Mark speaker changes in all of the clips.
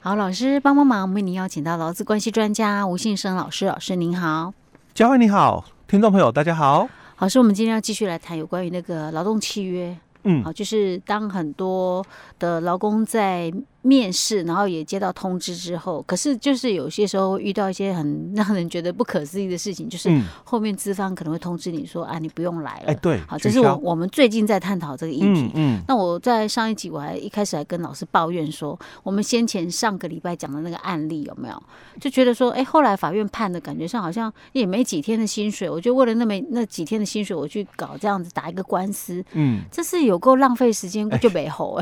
Speaker 1: 好，老师帮帮忙，我们为您邀请到劳资关系专家吴信生老师，老师您好。
Speaker 2: 嘉惠你好，听众朋友大家好。
Speaker 1: 老师，我们今天要继续来谈有关于那个劳动契约，
Speaker 2: 嗯
Speaker 1: 好，就是当很多的劳工在面试，然后也接到通知之后，可是就是有些时候会遇到一些很让人觉得不可思议的事情，就是
Speaker 2: 嗯，
Speaker 1: 后面资方可能会通知你说啊，你不用来了。
Speaker 2: 哎对，
Speaker 1: 好，
Speaker 2: 取
Speaker 1: 这是我
Speaker 2: 消
Speaker 1: 我们最近在探讨这个议题。
Speaker 2: 嗯嗯
Speaker 1: 那我在上一集我还一开始还跟老师抱怨说，我们先前上个礼拜讲的那个案例有没有？就觉得说，哎、后来法院判的感觉上好像也没几天的薪水，我就为了那么那几天的薪水，我去搞这样子打一个官司，
Speaker 2: 嗯，哎
Speaker 1: 这是有够浪费时间，就没吼、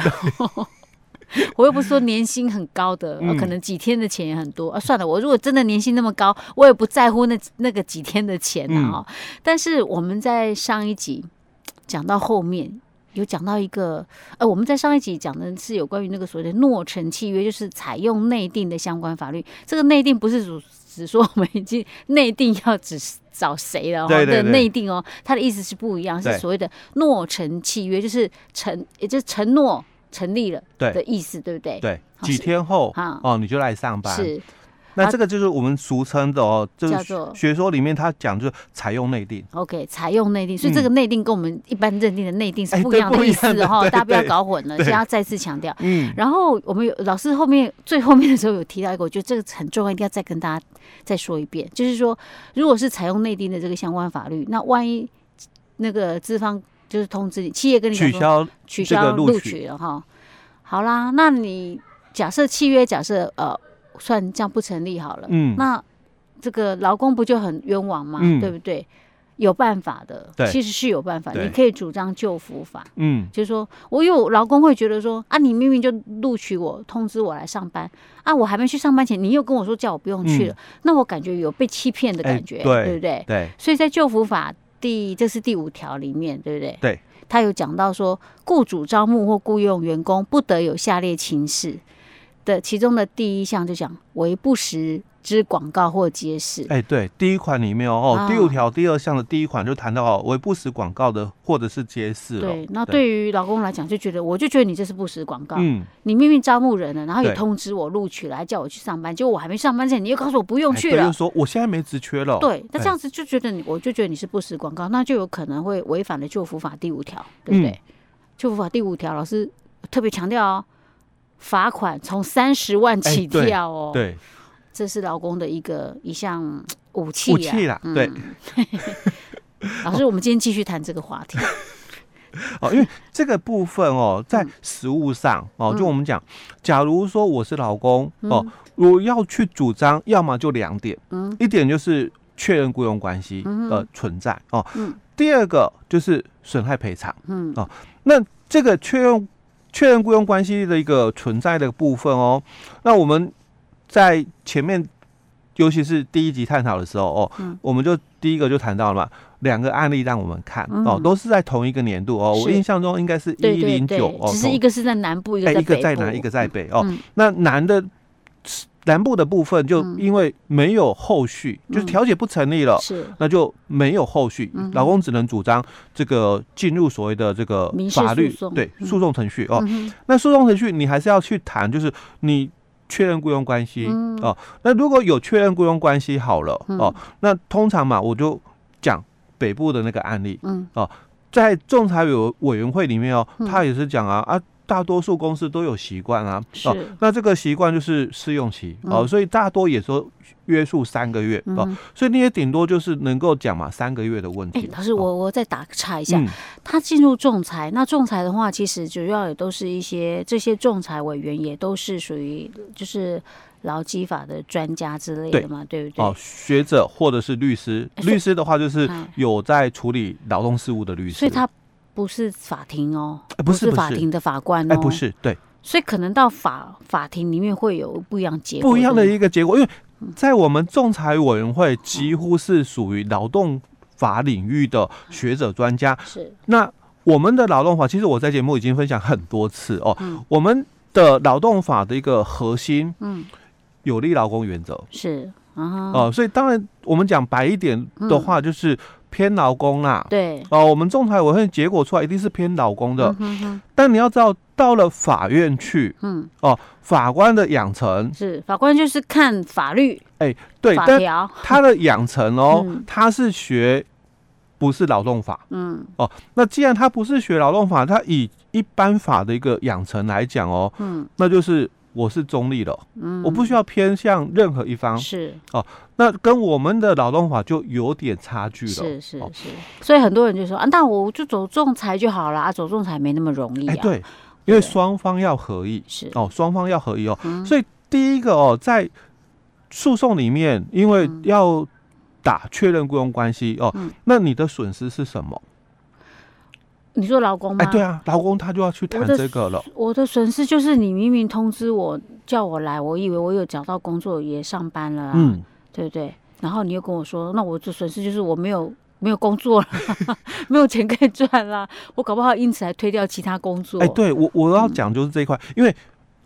Speaker 1: 我又不是说年薪很高的，呃
Speaker 2: 嗯
Speaker 1: 可能几天的钱也很多啊。算了，我如果真的年薪那么高，我也不在乎那那个几天的钱
Speaker 2: 嗯
Speaker 1: 啊、哦但是我们在上一集讲到后面。有讲到一个，呃，我们在上一集讲的是有关于那个所谓的诺成契约，就是采用内定的相关法律。这个内定不是只只说我们已经内定要只找谁了、哦，
Speaker 2: 对对
Speaker 1: 的
Speaker 2: 对
Speaker 1: 内定哦，它的意思是不一样，是
Speaker 2: 对
Speaker 1: 所谓的诺成契约，就是承，也就是承诺成立了
Speaker 2: 对
Speaker 1: 的意思，对不对？
Speaker 2: 对，
Speaker 1: 好
Speaker 2: 几
Speaker 1: 是
Speaker 2: 天后
Speaker 1: 啊
Speaker 2: 哦你就来上班。
Speaker 1: 是
Speaker 2: 那这个就是我们俗称的哦，就
Speaker 1: 叫
Speaker 2: 是
Speaker 1: 做
Speaker 2: 学说里面它讲就是采用内定。
Speaker 1: OK，采用内定，所以这个内定跟我们一般认定的内定是
Speaker 2: 嗯哎
Speaker 1: 不一
Speaker 2: 对
Speaker 1: 样的
Speaker 2: 不
Speaker 1: 意
Speaker 2: 一
Speaker 1: 思
Speaker 2: 样的
Speaker 1: 哈，
Speaker 2: 对
Speaker 1: 大家不要
Speaker 2: 对
Speaker 1: 搞混了，
Speaker 2: 对
Speaker 1: 现在要再次强调。
Speaker 2: 嗯，
Speaker 1: 然后我们有老师后面最后面的时候有提到一个，我觉得这个很重要，一定要再跟大家再说一遍，就是说，如果是采用内定的这个相关法律，那万一那个资方就是通知你，企业跟你讲
Speaker 2: 取
Speaker 1: 说
Speaker 2: 消
Speaker 1: 取
Speaker 2: 这个
Speaker 1: 消
Speaker 2: 录
Speaker 1: 录
Speaker 2: 取
Speaker 1: 取了哈。好啦，那你假设契约假设呃算这样不成立好了，
Speaker 2: 嗯
Speaker 1: 那这个劳工不就很冤枉吗？
Speaker 2: 嗯
Speaker 1: 对不对？有办法的
Speaker 2: 对，
Speaker 1: 其实是有办法，
Speaker 2: 对
Speaker 1: 你可以主张救赎法，
Speaker 2: 嗯
Speaker 1: 就是说我有劳工会觉得说啊，你明明就录取我，通知我来上班啊，我还没去上班前，你又跟我说叫我不用去了，那我感觉有被欺骗的
Speaker 2: 嗯哎
Speaker 1: 感觉，
Speaker 2: 对
Speaker 1: 对不对？
Speaker 2: 对
Speaker 1: 所以在救服法第这是第五条里面，对不对？
Speaker 2: 对，
Speaker 1: 他有讲到说，雇主招募或雇佣员工不得有下列情事的，其中的第一项就讲为不实之广告或揭示。
Speaker 2: 哎对，第一款里面哦，
Speaker 1: 啊
Speaker 2: 第五条第二项的第一款就谈到哦为不实广告的或者是哦揭示了。
Speaker 1: 对，那对于老公来讲，就觉得我就觉得你这是不实广告，
Speaker 2: 嗯，
Speaker 1: 你明明招募人了，然后也
Speaker 2: 对
Speaker 1: 通知我录取了，还叫我去上班，结果我还没上班前，你又告诉我不用
Speaker 2: 哎
Speaker 1: 去
Speaker 2: 对
Speaker 1: 了
Speaker 2: 又，说我现在没职缺了。
Speaker 1: 对，那
Speaker 2: 哎
Speaker 1: 这样子就觉得你，我就觉得你是不实广告，那就有可能会违反了救服法第五条，对不对？
Speaker 2: 嗯
Speaker 1: 救服法第五条，老师特别强调哦，罚款从三十万
Speaker 2: 哎
Speaker 1: 起
Speaker 2: 对
Speaker 1: 跳哦，
Speaker 2: 对，
Speaker 1: 这是劳工的一个一项武器、啊，
Speaker 2: 武器啦，对，
Speaker 1: 老师，我们今天继续谈这个话 题，
Speaker 2: 哦，因为这个部分哦，在
Speaker 1: 嗯
Speaker 2: 实物上哦，就
Speaker 1: 嗯
Speaker 2: 我们讲，假如说我是老公哦，我要去主张，要么就两点，
Speaker 1: 嗯
Speaker 2: 一点就是确认雇佣关系
Speaker 1: 嗯
Speaker 2: 的存在哦
Speaker 1: 嗯，
Speaker 2: 第二个就是损害赔偿。哦
Speaker 1: 嗯
Speaker 2: 那这个确认确认雇佣关系的一个存在的部分哦，那我们在前面，尤其是第一集探讨的时候哦，
Speaker 1: 嗯
Speaker 2: 我们就第一个就谈到了嘛，两个案例让我们看、哦
Speaker 1: 嗯，
Speaker 2: 都是在同一个年度哦，我
Speaker 1: 是
Speaker 2: 印象中应该是
Speaker 1: 对
Speaker 2: 一
Speaker 1: 对
Speaker 2: 零
Speaker 1: 对
Speaker 2: 九，哦，
Speaker 1: 只是一
Speaker 2: 同
Speaker 1: 个是在南部，一个
Speaker 2: 哎
Speaker 1: 在
Speaker 2: 一个
Speaker 1: 北部，
Speaker 2: 在南一个在北哦，
Speaker 1: 嗯
Speaker 2: 那南的。南部的部分就
Speaker 1: 嗯
Speaker 2: 因为没有后续，就是
Speaker 1: 嗯
Speaker 2: 调解不成立了，
Speaker 1: 是
Speaker 2: 那就没有后续
Speaker 1: 嗯哼，
Speaker 2: 老公只能主张这个进入所谓的这个
Speaker 1: 民事
Speaker 2: 法律
Speaker 1: 诉讼
Speaker 2: 对
Speaker 1: 嗯
Speaker 2: 诉讼程序哦。
Speaker 1: 嗯哼
Speaker 2: 那诉讼程序你还是要去谈，就是你确认雇佣关系
Speaker 1: 嗯
Speaker 2: 哦。那如果有确认雇佣关系好了
Speaker 1: 嗯
Speaker 2: 哦，那通常嘛，我就讲北部的那个案例，哦
Speaker 1: 嗯
Speaker 2: 在仲裁委委员会里面哦
Speaker 1: 嗯，
Speaker 2: 他也是讲啊啊，大多数公司都有习惯啊
Speaker 1: 是
Speaker 2: 哦。那这个习惯就是试用期哦，
Speaker 1: 嗯
Speaker 2: 所以大多也说约束三个月
Speaker 1: 嗯
Speaker 2: 哦
Speaker 1: 哼。
Speaker 2: 所以你也顶多就是能够讲嘛三个月的问
Speaker 1: 哎、
Speaker 2: 题。哦
Speaker 1: 老师，我我再打个岔一下，
Speaker 2: 嗯
Speaker 1: 他进入仲裁，那仲裁的话，其实主要也都是一些这些仲裁委员也都是属于就是劳基法的专家之类的
Speaker 2: 对
Speaker 1: 嘛，对不对？
Speaker 2: 哦，学者或者是律师，
Speaker 1: 哎所以
Speaker 2: 律师的话就是
Speaker 1: 哎
Speaker 2: 有在处理劳动事务的律师，
Speaker 1: 所以他不是法庭哦，
Speaker 2: 哎不是不是
Speaker 1: 法庭的法官哦，
Speaker 2: 哎不，是对
Speaker 1: 所以可能到法法庭里面会有不一嗯样结果，
Speaker 2: 不一样的
Speaker 1: 对
Speaker 2: 一个结果，因为在我们仲裁委员会几乎是属于劳动法领域的学者专家
Speaker 1: 不，对是
Speaker 2: 那我们的劳动法，其实我在节目已经分享很多次哦，
Speaker 1: 嗯
Speaker 2: 我们的劳动法的一个核心
Speaker 1: 嗯
Speaker 2: 有利劳工原则。
Speaker 1: 是啊哈，
Speaker 2: 哦、所以当然我们讲白一点的
Speaker 1: 嗯
Speaker 2: 话，就是偏劳工啦。啊
Speaker 1: 对，
Speaker 2: 哦、我们仲裁委员会结果出来一定是偏劳工的，
Speaker 1: 嗯哼哼
Speaker 2: 但你要知道，到了法院去
Speaker 1: 嗯，
Speaker 2: 哦，法官的养成，
Speaker 1: 是法官就是看法律
Speaker 2: 哎，对，
Speaker 1: 法
Speaker 2: 但
Speaker 1: 条，
Speaker 2: 他的养成哦
Speaker 1: 嗯，
Speaker 2: 他是学不是劳动法
Speaker 1: 嗯
Speaker 2: 哦。那既然他不是学劳动法，他以一般法的一个养成来讲哦，
Speaker 1: 嗯
Speaker 2: 那就是我是中立的，哦
Speaker 1: 嗯，
Speaker 2: 我不需要偏向任何一方，
Speaker 1: 是
Speaker 2: 那跟我们的劳动法就有点差距了。
Speaker 1: 是是
Speaker 2: 哦
Speaker 1: 是，所以很多人就说啊，那我就走仲裁就好了啊，走仲裁没那么容易
Speaker 2: 哎，
Speaker 1: 啊，
Speaker 2: 对，因
Speaker 1: 对
Speaker 2: 为双方要合意
Speaker 1: 是
Speaker 2: 哦，双方要合意哦。
Speaker 1: 嗯
Speaker 2: 所以第一个哦，在诉讼里面，因为要打确认雇佣关系哦，
Speaker 1: 嗯
Speaker 2: 那你的损失是什么？
Speaker 1: 你说劳工吗？
Speaker 2: 哎，对啊，劳工他就要去谈
Speaker 1: 我的
Speaker 2: 这个了。
Speaker 1: 我的损失就是你明明通知我叫我来，我以为我有找到工作也上班了、啊，
Speaker 2: 嗯，
Speaker 1: 对不对？然后你又跟我说，那我的损失就是我没有 没有工作了，没有钱可以赚啦，我搞不好因此还推掉其他工作。
Speaker 2: 哎，对我我要讲就是这一块，因为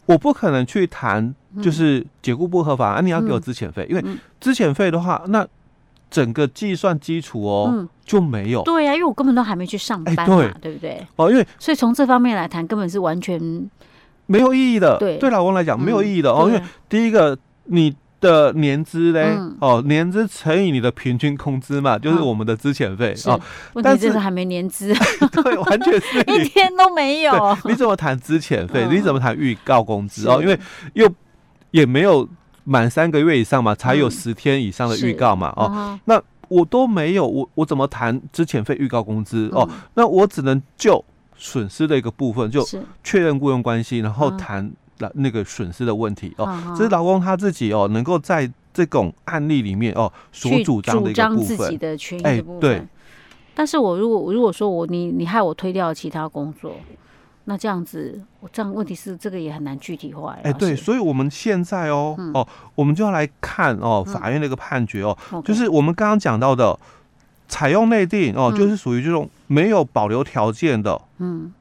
Speaker 2: 我不可能去谈就是解雇不合法啊，你要给我
Speaker 1: 嗯
Speaker 2: 资遣费，因为
Speaker 1: 嗯
Speaker 2: 资遣费的话，那整个计算基础哦
Speaker 1: 嗯，
Speaker 2: 就没有
Speaker 1: 对呀、啊因为我根本都还没去上班嘛，
Speaker 2: 哎对
Speaker 1: 对不对？
Speaker 2: 哦，因为
Speaker 1: 所以从这方面来谈，根本是完全
Speaker 2: 没有意义的，
Speaker 1: 对
Speaker 2: 对老公来讲没有
Speaker 1: 嗯
Speaker 2: 意义的哦，因
Speaker 1: 对
Speaker 2: 为第一个你的年资嘞，
Speaker 1: 嗯
Speaker 2: 哦，年资乘以你的平均工资嘛，就是
Speaker 1: 嗯
Speaker 2: 我们的资遣费
Speaker 1: 是、
Speaker 2: 哦，
Speaker 1: 问
Speaker 2: 但
Speaker 1: 题，
Speaker 2: 是
Speaker 1: 就是还没年资，
Speaker 2: 对，完全是
Speaker 1: 一
Speaker 2: 你。
Speaker 1: 天都没有
Speaker 2: 对。，你怎么谈资遣费？
Speaker 1: 嗯
Speaker 2: 你怎么谈预告工资哦？
Speaker 1: 是
Speaker 2: 因为又也没有满三个月以上嘛，才有
Speaker 1: 嗯
Speaker 2: 十天以上的
Speaker 1: 是
Speaker 2: 预告嘛哦。
Speaker 1: 哦，
Speaker 2: 我都没有，我我怎么谈资遣费、预告工资哦？
Speaker 1: 嗯
Speaker 2: 那我只能就损失的一个部分，就是确认雇佣关系，然后
Speaker 1: 嗯
Speaker 2: 谈了那个损失的问题哦。
Speaker 1: 嗯
Speaker 2: 这是老公他自己哦，能够在这种案例里面哦所
Speaker 1: 去
Speaker 2: 主张的一个部
Speaker 1: 自己
Speaker 2: 分，
Speaker 1: 的权益
Speaker 2: 哎
Speaker 1: 的部分。
Speaker 2: 对
Speaker 1: 但是我如果如果说我你你害我推掉了其他工作，那这样子，我这样问题是这个也很难具体化了。
Speaker 2: 哎，对，所以我们现在哦、
Speaker 1: 嗯
Speaker 2: 哦，我们就要来看哦法院的一个判决哦，
Speaker 1: OK
Speaker 2: 就是我们刚刚讲到的采用内定哦，
Speaker 1: 嗯
Speaker 2: 就是属于这种没有保留条件的，哦
Speaker 1: 嗯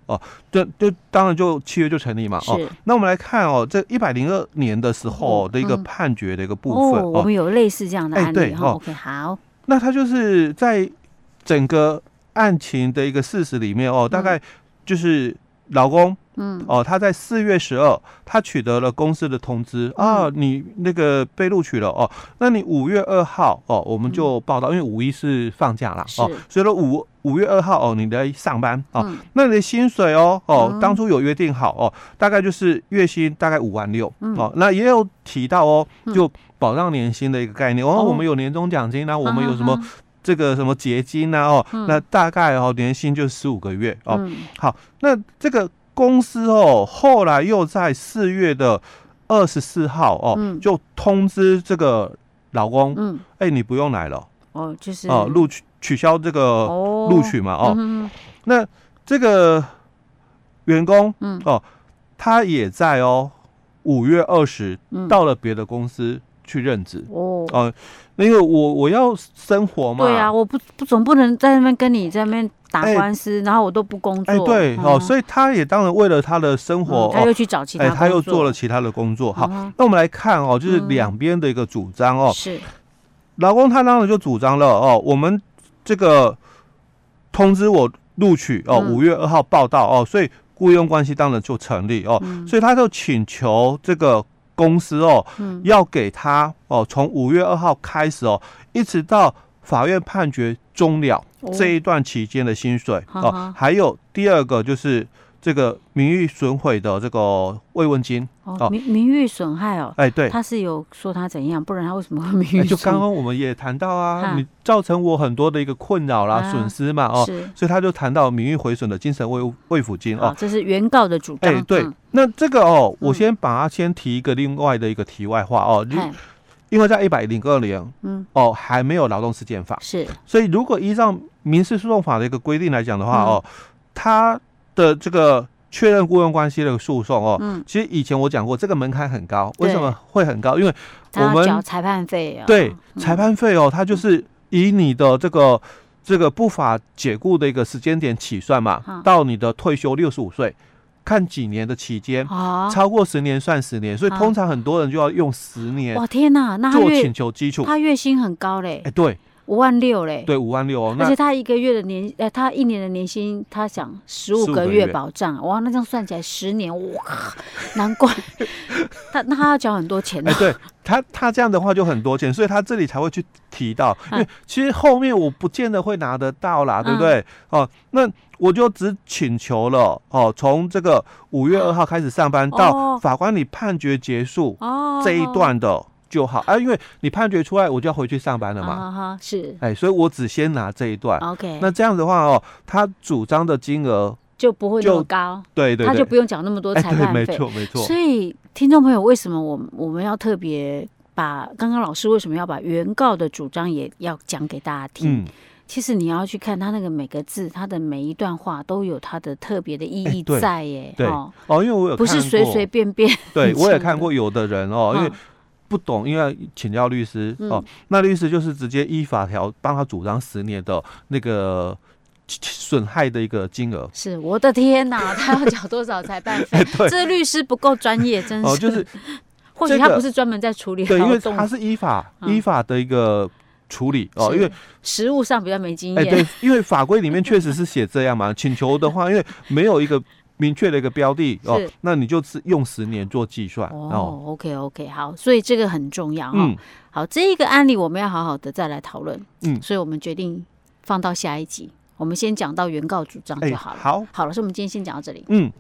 Speaker 2: 这就当然就契约就成立嘛哦。
Speaker 1: 是
Speaker 2: 那我们来看哦，这一百零二年的时候、
Speaker 1: 哦
Speaker 2: 的一个
Speaker 1: 嗯
Speaker 2: 判决的一个部分
Speaker 1: 我
Speaker 2: 哦，
Speaker 1: 们有类似这样的
Speaker 2: 哎
Speaker 1: 案
Speaker 2: 对
Speaker 1: 例哈。
Speaker 2: 哦
Speaker 1: OK，好，
Speaker 2: 那他就是在整个案情的一个事实里面哦，大
Speaker 1: 嗯
Speaker 2: 概就是老公。
Speaker 1: 嗯
Speaker 2: 哦，他在四月十二，他取得了公司的通知
Speaker 1: 嗯
Speaker 2: 啊，你那个被录取了哦，那你五月二号哦，我们就报道，因为五一是放假啦哦
Speaker 1: 嗯是，
Speaker 2: 所以说五五月二号哦，你来上班哦，
Speaker 1: 嗯
Speaker 2: 那你的薪水哦哦
Speaker 1: 嗯，
Speaker 2: 当初有约定好哦，大概就是月薪大概五万六
Speaker 1: 嗯
Speaker 2: 哦，那也有提到哦
Speaker 1: 嗯，
Speaker 2: 就保障年薪的一个概念哦，
Speaker 1: 哦
Speaker 2: 我们有年终奖金啦，我们有什么
Speaker 1: 啊
Speaker 2: 这个什么结晶啊哦
Speaker 1: 嗯，
Speaker 2: 那大概哦年薪就十五个月哦，
Speaker 1: 嗯
Speaker 2: 好，那这个公司哦，后来又在四月的二十四号哦，
Speaker 1: 嗯
Speaker 2: 就通知这个老公，
Speaker 1: 嗯
Speaker 2: 哎、你不用来了
Speaker 1: 哦，就是
Speaker 2: 哦，录取取消这个
Speaker 1: 哦
Speaker 2: 录取嘛哦。
Speaker 1: 嗯
Speaker 2: 那这个员工
Speaker 1: 嗯
Speaker 2: 哦，他也在哦，五月二十
Speaker 1: 嗯
Speaker 2: 到了别的公司去任职。
Speaker 1: 哦。
Speaker 2: 哦，那个我我要生活哦嘛，
Speaker 1: 对啊，我不不总不能在那边跟你在那边打
Speaker 2: 哎
Speaker 1: 官司，然后我都不工作。
Speaker 2: 哎、对、哦，
Speaker 1: 嗯
Speaker 2: 所以他也当然为了他的生活，
Speaker 1: 嗯
Speaker 2: 哦
Speaker 1: 他又去找其他
Speaker 2: 哎，
Speaker 1: 工作，
Speaker 2: 他又做了其他的工作。好，那我们来看哦，就是
Speaker 1: 嗯
Speaker 2: 两边的一个主张
Speaker 1: 哦，
Speaker 2: 哦。
Speaker 1: 是
Speaker 2: 老公他当然就主张了哦，我们这个通知我录取哦，
Speaker 1: 嗯
Speaker 2: 五月二号报到哦，所以雇佣关系当然就成立哦，
Speaker 1: 嗯
Speaker 2: 所以他就请求这个公司哦，
Speaker 1: 嗯
Speaker 2: 要给他哦，从五月二号开始哦，一直到法院判决终了、
Speaker 1: 哦
Speaker 2: 这一段期间的薪水
Speaker 1: 哈哈
Speaker 2: 哦，还有第二个就是这个名誉损毁的这个慰问金，
Speaker 1: 哦
Speaker 2: 哦
Speaker 1: 名名誉损害哦，
Speaker 2: 哎，对。
Speaker 1: 他是有说他怎样，不然他为什么会名
Speaker 2: 哎
Speaker 1: 誉
Speaker 2: 就刚
Speaker 1: 损
Speaker 2: 刚我们也谈到啊，
Speaker 1: 哈
Speaker 2: 你造成我很多的一个困扰啦、
Speaker 1: 啊
Speaker 2: 损失嘛，哦，
Speaker 1: 是
Speaker 2: 所以他就谈到名誉毁损的精神慰慰抚金
Speaker 1: 好，
Speaker 2: 哦，
Speaker 1: 这是原告的主
Speaker 2: 哎、
Speaker 1: 张。
Speaker 2: 对
Speaker 1: 啊嗯，
Speaker 2: 那这个哦，我
Speaker 1: 嗯
Speaker 2: 先把它先提一个另外的一个题外话哦，
Speaker 1: 哎，
Speaker 2: 因为在一百零二年
Speaker 1: 嗯，
Speaker 2: 哦还没有劳动事件法，
Speaker 1: 是
Speaker 2: 所以如果依照民事诉讼法的一个规定来讲的
Speaker 1: 嗯
Speaker 2: 话哦，他的这个确认雇佣关系的诉讼哦，
Speaker 1: 嗯，
Speaker 2: 其实以前我讲过，这个门槛很高，
Speaker 1: 对
Speaker 2: 为什么会很高？因为
Speaker 1: 他
Speaker 2: 我
Speaker 1: 要缴
Speaker 2: 们
Speaker 1: 裁判费啊。
Speaker 2: 对
Speaker 1: 嗯
Speaker 2: 裁判费哦，它就是以你的这个。这个不法解雇的一个时间点起算嘛
Speaker 1: 嗯，
Speaker 2: 到你的退休六十五岁，看几年的期间，
Speaker 1: 啊，
Speaker 2: 超过十年算十年，所以
Speaker 1: 啊
Speaker 2: 通常很多人就要用十年
Speaker 1: 哇天哪，那他
Speaker 2: 做
Speaker 1: 月
Speaker 2: 请求基础。
Speaker 1: 他月薪很高嘞
Speaker 2: 哎，，对，
Speaker 1: 五万六嘞。
Speaker 2: 对，五万六哦，
Speaker 1: 而
Speaker 2: 那
Speaker 1: 且他一个月的年，呃，他一年的年薪，他想十五
Speaker 2: 15
Speaker 1: 个
Speaker 2: 个
Speaker 1: 月
Speaker 2: 月
Speaker 1: 保障啊，哇，那这样算起来十年，哇，难 怪他那他要缴很多 钱呢
Speaker 2: 哎，。对他他这样的话就很多钱，所以他这里才会去提到，
Speaker 1: 嗯
Speaker 2: 因为其实后面我不见得会拿得到啦，对不对？哦，那我就只请求了哦，从这个五月二号开始上班
Speaker 1: 哦
Speaker 2: 到法官你判决结束
Speaker 1: 哦，
Speaker 2: 哎这一段的就好啊，因为你判决出来我就要回去上班了嘛，
Speaker 1: 啊哦哈，是
Speaker 2: 哎，所以我只先拿这一段。
Speaker 1: OK，
Speaker 2: 那这样的话哦，他主张的金额，
Speaker 1: 就不会那么
Speaker 2: 就
Speaker 1: 高，
Speaker 2: 对对
Speaker 1: 他就
Speaker 2: 对，
Speaker 1: 不用缴那么多
Speaker 2: 哎，
Speaker 1: 裁
Speaker 2: 对，
Speaker 1: 判
Speaker 2: 没
Speaker 1: 费。
Speaker 2: 错没错，
Speaker 1: 所以，听众朋友，为什么我们我们要特别把刚刚老师为什么要把原告的主张也要讲给大家听？
Speaker 2: 嗯，
Speaker 1: 其实你要去看他那个每个字，他的每一段话都有它的特别的意义
Speaker 2: 哎对
Speaker 1: 在耶，
Speaker 2: 对
Speaker 1: 哦，
Speaker 2: 哦，因为我有
Speaker 1: 不是
Speaker 2: 看
Speaker 1: 随
Speaker 2: 过
Speaker 1: 随便便
Speaker 2: 对，我也
Speaker 1: 讲
Speaker 2: 看
Speaker 1: 的
Speaker 2: 过有的人哦，因为
Speaker 1: 嗯
Speaker 2: 不懂，因为请教律师哦
Speaker 1: 嗯，
Speaker 2: 那律师就是直接依法条帮他主张十年的那个损害的一个金额。
Speaker 1: 是我的天哪， 他要缴多少裁判 费？这律师不够专业，嗯真是。
Speaker 2: 哎哦，就是
Speaker 1: 或许
Speaker 2: 这
Speaker 1: 他
Speaker 2: 个
Speaker 1: 不是专门在处理
Speaker 2: 对，因
Speaker 1: 劳
Speaker 2: 为
Speaker 1: 动
Speaker 2: 他是依法
Speaker 1: 嗯
Speaker 2: 依法的一个处理哦，
Speaker 1: 是
Speaker 2: 因为
Speaker 1: 实务上比较没经
Speaker 2: 哎
Speaker 1: 验。
Speaker 2: 对，因为法规里面确实是写这样嘛， 请求的话，因为没有一个明确的一个标的哦
Speaker 1: 是，
Speaker 2: 那你就是用十年做计算哦，
Speaker 1: 哦，OK OK，好，所以这个很重要哈、哦。
Speaker 2: 嗯，
Speaker 1: 好，这一个案例我们要好好的再来讨论。
Speaker 2: 嗯
Speaker 1: 所以我们决定放到下一集，我们先讲到原告主张
Speaker 2: 哎
Speaker 1: 就好了。
Speaker 2: 好，
Speaker 1: 好了，所以我们今天先讲到这里。
Speaker 2: 嗯，